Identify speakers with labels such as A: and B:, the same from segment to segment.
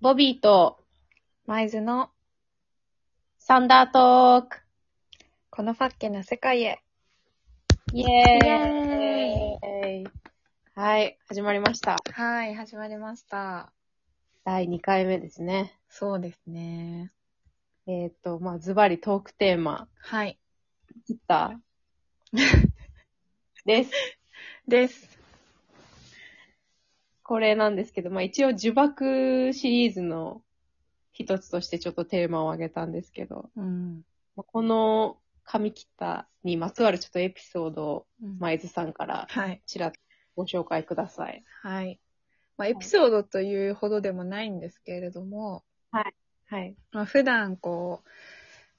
A: ボビーと
B: マイズの
A: サンダートーク。
B: このファッケな世界へ。
A: イエーイはい、始まりました。
B: はい、始まりました。
A: 第2回目ですね。
B: そうですね。
A: えっ、と、まあ、ズバリトークテーマ、
B: はい。
A: ギター です。
B: です。
A: これなんですけど、まあ、一応呪縛シリーズの一つとしてちょっとテーマを挙げたんですけど、
B: うん。
A: まあこの髪切ったにまつわるちょっとエピソードを、
B: はい。
A: 舞津さんから
B: はい。
A: ちらっとご紹介ください。
B: まあ、エピソードというほどでもないんですけれども、
A: はい。
B: まあ、普段こ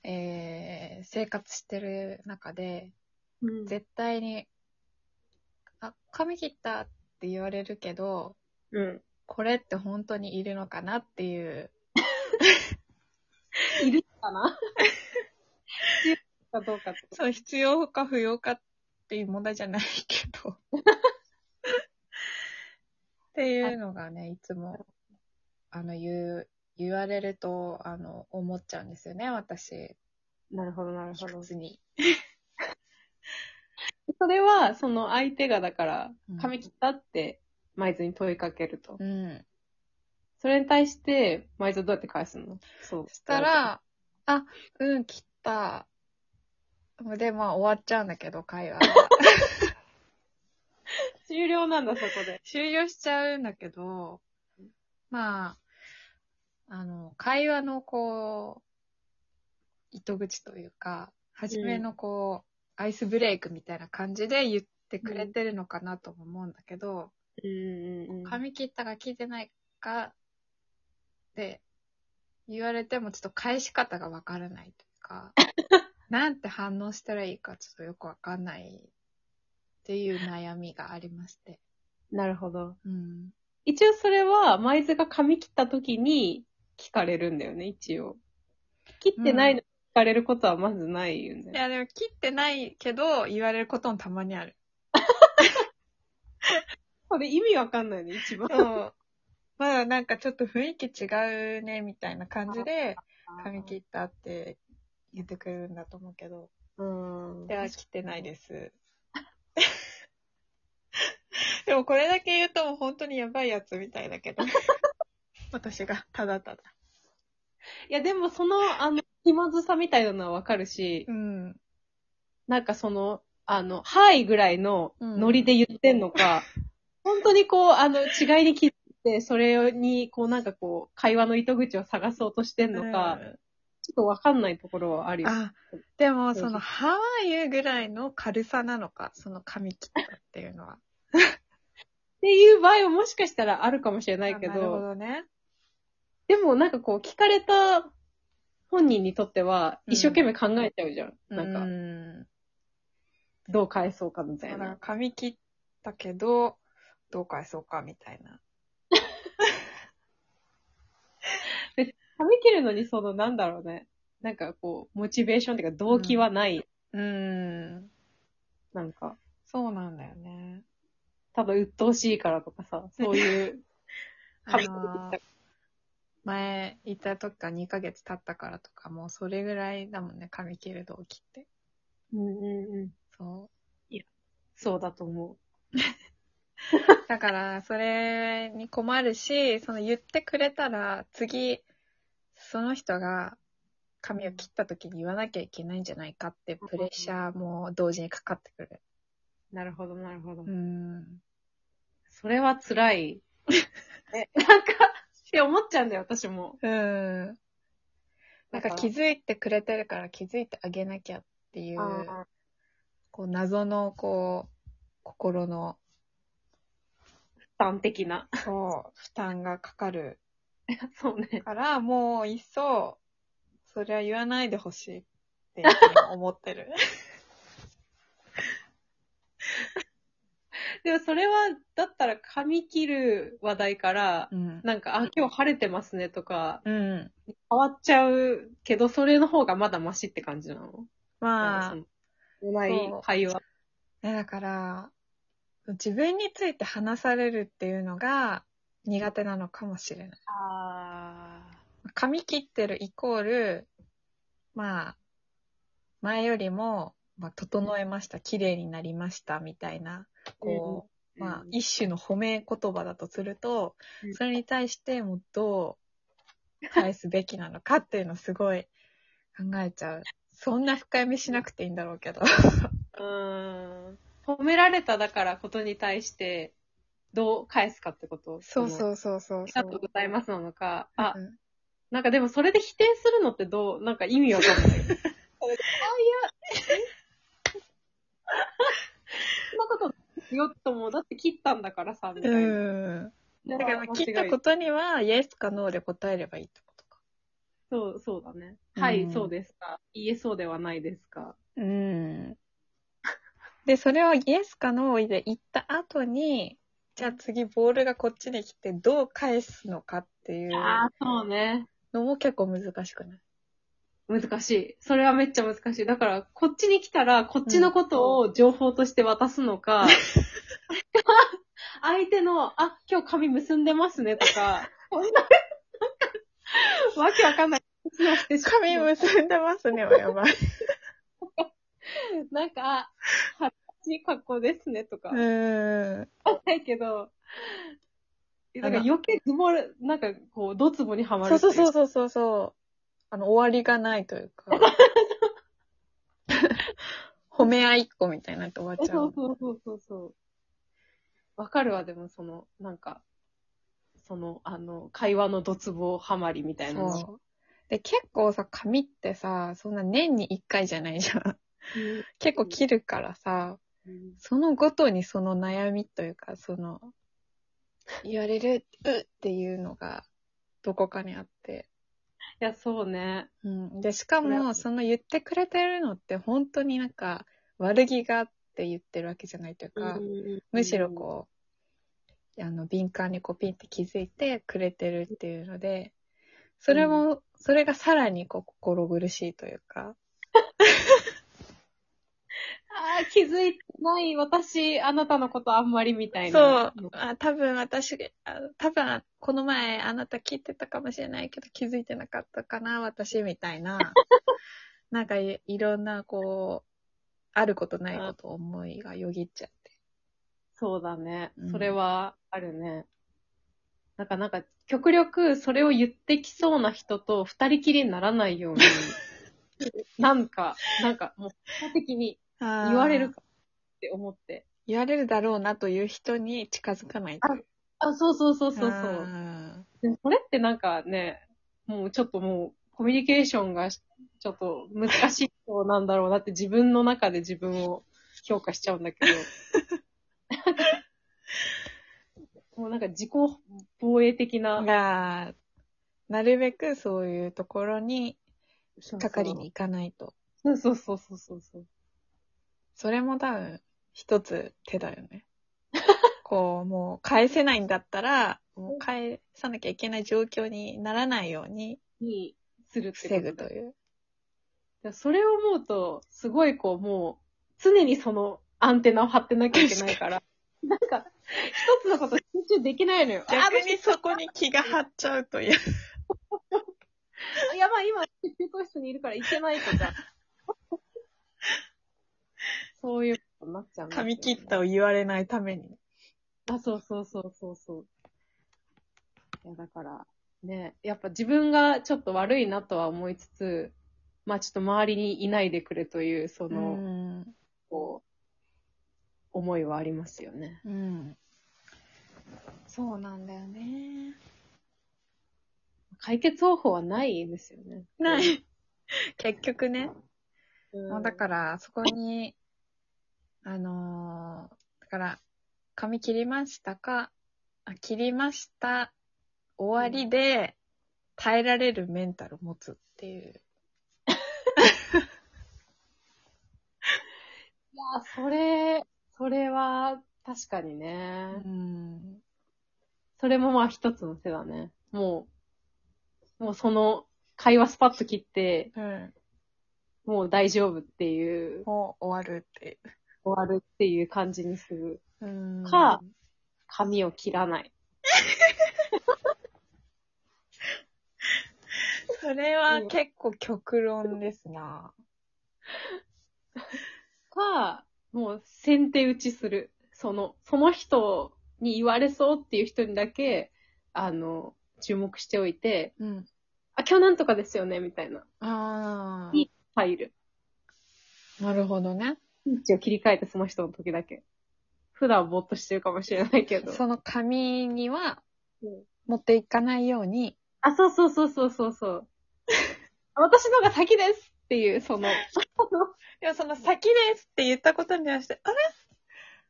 B: う、えー、生活してる中で、
A: うん。
B: 絶対に、あ、髪切ったって言われるけど、
A: うん。
B: これって本当にいるのかなっていう、
A: いるか な必要かどうかって。
B: そう、必要か不要かっていう問題じゃないけ ど。っていうのがね、いつも、あの、言う、言われると、あの、思っちゃうんですよね、私。
A: なるほど、なる
B: 普通に。
A: それは、その相手がだから
B: うん、
A: 髪切ったって、舞津に問いかけると。
B: うん。
A: それに対して、舞津はどうやって返すのそう。
B: そした、ら、あ、うん、切った。で、まあ、終わっちゃうんだけど、会話は。
A: 終了なんだ、そこで。
B: 終了しちゃうんだけど、まあ、あの、会話のこう、糸口というか、初めのこう、アイスブレイクみたいな感じで言ってくれてるのかなとも思うんだけど、
A: うん
B: 髪切ったか聞いてないかって言われてもちょっと返し方がわからないとい うか、なんて反応したらいいかちょっとよくわかんないっていう悩みがありまして。
A: なるほど。
B: うん
A: 一応それは、舞津が髪切った時に聞かれるんだよね、一応。切ってないのに聞かれることはまずないよね。
B: いや、でも切ってないけど、言われることもたまにある。
A: これ意味わかんないね、一 番。
B: うん。まあなんかちょっと雰囲気違うね、みたいな感じで、髪切ったって言ってくれるんだと思うけど、
A: うん
B: い。や、切ってないです。 でもこれだけ言うともう本当にやばいやつみたいだけど。 私が、ただただ。
A: いや、でもその、あの、気まずさみたいなのはわかるし
B: う、ん。
A: なんかその、あの、はいぐらいのノリで言ってんのか、本当にこう、あの、違いに気づいて、それに、こうなんかこう、会話の糸口を探そうとしてんのか、ちょっとわかんないところはあるよ。
B: あ、でもその、ハワイユぐらいの軽さなのか、その髪切ったっていうのは。
A: っていう場合はもしかしたらあるかもしれないけ
B: あなるほ
A: ど、
B: どね。
A: でもなんかこう、聞かれた本人にとっては、
B: うん
A: 一生懸命考えちゃうじゃん。
B: う
A: なんか、
B: ん
A: どう返そうかみた
B: だ
A: い
B: から
A: な。
B: 髪切ったけど、どう返そうかみたいな。
A: 髪切るのにその、なんだろうね。なんかこう、モチベーションっていうか動機はない。
B: うん。
A: なんか、
B: そうなんだよね。
A: ただ鬱陶しいからとかさ、そういう、
B: あ
A: 髪切
B: の
A: った
B: 前行った時から2ヶ月経ったからとか、もうそれぐらいだもんね、髪切る動機って。
A: うんうんうん。
B: そ
A: そうだと思
B: う。だから、それに困るし、その言ってくれたら、次、その人が髪を切った時に言わなきゃいけないんじゃないかって、プレッシャーも同時にかかってくる。
A: う。なるほど、なるほど。
B: うん。
A: それは辛 い。え、なんか、って思っちゃうんだよ、私も。
B: うん。なんか気
A: づ
B: づいてくれてるから気づいてあげなきゃっていう、こう謎のこう、心の、
A: 負担的な。
B: そう、負担がかかる
A: そうね。
B: から、もういっそ、それは言わないでほしい っていうふうに思ってる。
A: でもそれは、だったら髪切る話題から、
B: うん。
A: なんか、あ、今日晴れてますねとか、
B: うん。
A: 変わっちゃうけど、それの方がまだマシって感じなの
B: まあ
A: そ、のない
B: そう
A: 会話。
B: ねだから、自分について話されるっていうのが苦手なのかもしれない。
A: あ
B: 髪切ってるイコール、まあ、前よりも、まあ、整えました、綺麗になりました、みたいな、こう、まあ、一種の褒め言葉だとすると
A: うん、
B: それに対して、もう、どう返すべきなのかっていうのをすごい考えちゃう。そんな深読みしなくていいんだろうけど。
A: うん。褒められただからことに対して、どう返すかってこと
B: そう
A: う。
B: そうそうそう
A: ありがとうございますなのか、あ
B: う、ん
A: なんかでもそれで否定するのってどう、なんか意味わかんない。あ、いや、そんなことないよってもう、だって切ったんだからさ、みたいな。
B: うん。だからまあ、切ったことには、イエスかノーで答えればいいってことか。
A: そう、そうだね。
B: うん
A: はい、そうですか。いいえ、そうではないですか。
B: うん。で、それをイエスかノーで言った後に、じゃあ次ボールがこっちに来てどう返すのかっていう
A: ああ、そうね。
B: のも結構難しくない
A: 難しい。それはめっちゃ難しい。だから、こっちに来たら、こっちのことを情報として渡すのか、相手の、あ、今日髪結んでますねと か、こんな、なんか、わけわかんない話をしてしまう。
B: 髪結んでますね、 やばい。
A: なんか、恥ずかしい格好ですねとか、わ
B: うん。
A: かんないけど、なんか余計ズボラ、なんかこう、ドツボにはま
B: そ
A: る
B: う
A: とい
B: そううそうそうそうそう。あの、終わりがないという か。褒め合いっ子みたいになって終わっちゃ
A: そう
B: う。
A: そうそうそうそう。わかるわ、でもその、なんか、その、あの、会話のドツボハマりみたいなの。
B: そう。で、結構さ、髪ってさ、そんな年に一回じゃないじゃん。結構切るからさ、
A: うん
B: そのごとにその悩みというか、その、言われる、うっていうのが、どこかにあって。
A: いや、そうね。
B: うん。で、しか
A: それは
B: も、その言ってくれてるのって、本当になんか、悪気があって言ってるわけじゃないというか、むしろこう、あの、敏感にこうピンって気づいてくれてるっていうので、それも、それがさらにこう心苦しいというか、
A: ああ、気づいてない、私、あなたのことあんまりみたい
B: そ
A: な
B: う。、あ多分私、あ多分この前あなた聞いてたかもしれないけど気づいてなかったかな、私みたい な、なんかいいろんなこう、あることないこと思いがよぎっちゃって。
A: そうだね
B: う。ん
A: それはあるね。なんか、なんか、極力それを言ってきそうな人と二人きりにならない ように、なんか、なんか、もう、基本的に
B: 言
A: 言われるかって思って。
B: 言われるだろうなという人に近づかないという。
A: あ、そうそうそうそうそ
B: あ
A: う。
B: ー。
A: でもそれってなんかね、もうちょっともう、コミュニケーションがしちょっと難しいそうなんだろうなって自分の中で自分を評価しちゃうんだ けど。もうなんか自己防衛的な。
B: が、なるべくそういうところに
A: そうそう
B: かかりに行かないと。
A: そうそうそうそうそうそう。
B: それも多分、一つ手だよ ね。こう、もう返せないんだったら、もう返さなきゃいけない状況にならないように
A: にするってこと
B: 防
A: だ
B: ぐという。
A: でそれを思うと、すごいこう、もう、常にそのアンテナを張ってなきゃいけないから、なんか、一つのこと集中できないのよ。あ
B: 逆にそこに気が張っちゃうという。
A: あやばい、今、給湯室にいるから行けないとか。 そういうことになっちゃうんだよね
B: 髪切ったを言われないために。
A: あ、そうそうそうそうそう。いや、だから、ね、やっぱ自分がちょっと悪いなとは思いつつ、まあちょっと周りにいないでくれという、その、
B: うん。
A: こう、思いはありますよね。
B: うん。そうなんだよね。
A: 解決方法はないですよね。
B: な。い。結局ね。
A: うん
B: もうだから、そこ に、あのーだから、髪切りましたかあ、切りました。終わりで、耐えられるメンタルを持つっていう。
A: いや、それ、それは、確かにね。
B: うん。
A: それもまあ一つの手だね。もう、もうその会話スパッと切って、
B: うん。
A: もう大丈夫っていう、
B: もう終わるってい
A: 終わるっていう感じにする。
B: う。うん
A: か髪を切らない。
B: それは結構極論ですな。
A: か、もう先手打ちする。その、その人に言われそうっていう人にだけ、あの、注目しておいて、
B: うん。
A: あ、今日なんとかですよね、みたいな。
B: あ
A: い入る。
B: あ。なるほどね。
A: スイッチを切り替えてその人の時だけ。普段はぼーっとしてるかもしれないけど。
B: その紙には
A: うん
B: 持っていかないように。
A: あ、そうそうそうそうそうそう。私のが先ですっていう、その、
B: でもその先ですって言ったことに対して、あれ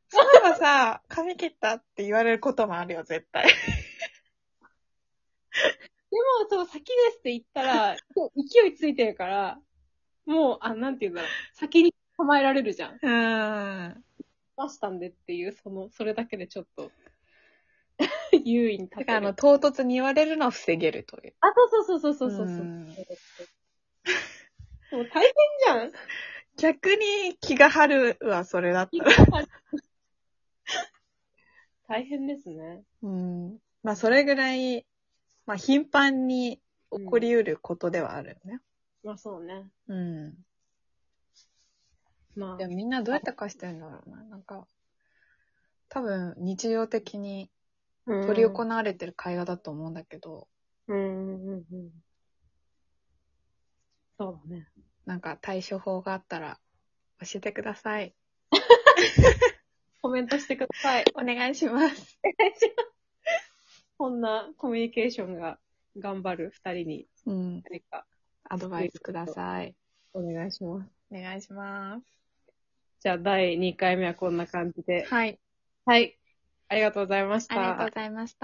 B: そういえばさ、 髪切ったって言われることもあるよ、絶対。
A: でも、その先ですって言ったら、こう勢いついてるから、もう、あ、なんて言うんだろう。先に構えられるじゃん。
B: うーん。
A: 出したんでっていう、その、それだけでちょっと、優位に立
B: だ
A: て
B: からあ
A: る。
B: の、唐突に言われるのを防げるという。
A: あ、そうそうそうそうそうそうそうう。
B: ん
A: もう大変じゃん。
B: 逆に気が張るわ、それだっ
A: 気
B: た
A: が張
B: ら。
A: る大変ですね。
B: うん。まあ、それぐらい、まあ、頻繁に起こりうることではあるよね。
A: まあそうね。
B: うん。
A: まあ
B: で、もみんなどうやって貸してるんだろうな。なんか、多分日常的に
A: うん
B: 取り行われてる会話だと思うんだけど、
A: うんうんうんうん。そうだね。
B: なんか対処法があったら教えてください。
A: コメントしてください。
B: お願いします。
A: こんなコミュニケーションが頑張る二人に
B: うん。
A: 何か
B: アドバイスください。
A: お願いします。
B: お願いしま
A: じゃあ第2回目はこんな感じで。
B: はい。
A: はい。ありがとうございました。
B: ありがとうございました。